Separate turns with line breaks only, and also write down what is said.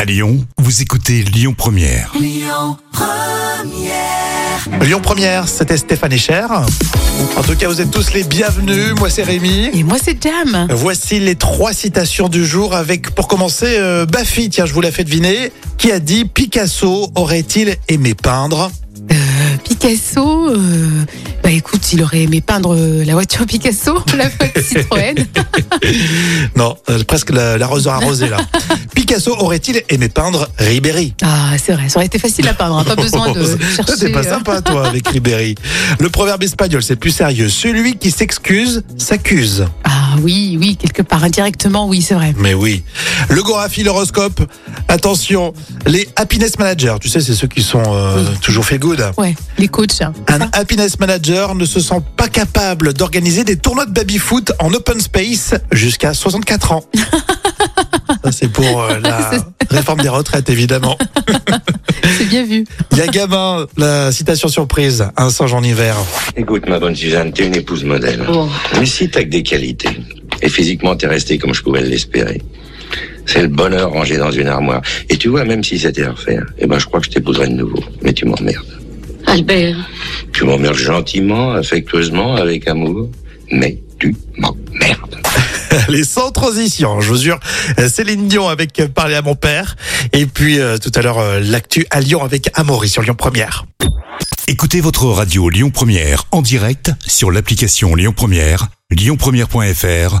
À Lyon, vous écoutez Lyon Première.
Lyon Première, c'était Stéphane Echer. En tout cas, vous êtes tous les bienvenus. Moi, c'est Rémi.
Et moi, c'est Jam.
Voici les trois citations du jour avec, pour commencer, euh, Baffy. Tiens, je vous la fais deviner. Qui a dit Picasso aurait-il aimé peindre
Picasso, euh, bah écoute, il aurait aimé peindre euh, la voiture Picasso, la Ford Citroën.
Non, euh, presque la- l'arroseur arrosé là. Picasso aurait-il aimé peindre Ribéry
Ah, c'est vrai, ça aurait été facile à peindre, hein, pas besoin de chercher.
Toi, T'es pas
euh,
sympa, toi, avec Ribéry. Le proverbe espagnol, c'est plus sérieux. Celui qui s'excuse s'accuse.
Ah oui, oui, quelque part indirectement, oui, c'est vrai.
Mais oui. Le Gorafi, l'horoscope. Attention, les happiness managers, tu sais, c'est ceux qui sont euh, toujours feel good.
Ouais, les coachs. hein.
Un happiness manager ne se sent pas capable d'organiser des tournois de baby-foot en open space jusqu'à 64 ans. Ça, c'est pour euh, la réforme des retraites, évidemment.
C'est bien vu.
Il y a Gabin, la citation surprise, un singe en hiver.
Écoute, ma bonne Suzanne, t'es une épouse modèle. Mais si t'as que des qualités, et physiquement t'es restée comme je pouvais l'espérer, c'est le bonheur rangé dans une armoire. Et tu vois, même si c'était à refaire, eh ben, je crois que je t'épouserais de nouveau. Mais tu m'emmerdes.
Albert,
Tu m'emmerdes gentiment, affectueusement, avec amour, mais tu m'emmerdes.
Les sans transition, je vous jure. Euh, Céline Dion avec euh, Parler à mon père. Et puis, euh, tout à l'heure, euh, l'actu à Lyon avec Amaury sur Lyon Première.
Écoutez votre radio Lyon Première en direct sur l'application Lyon Première, lyonpremière.fr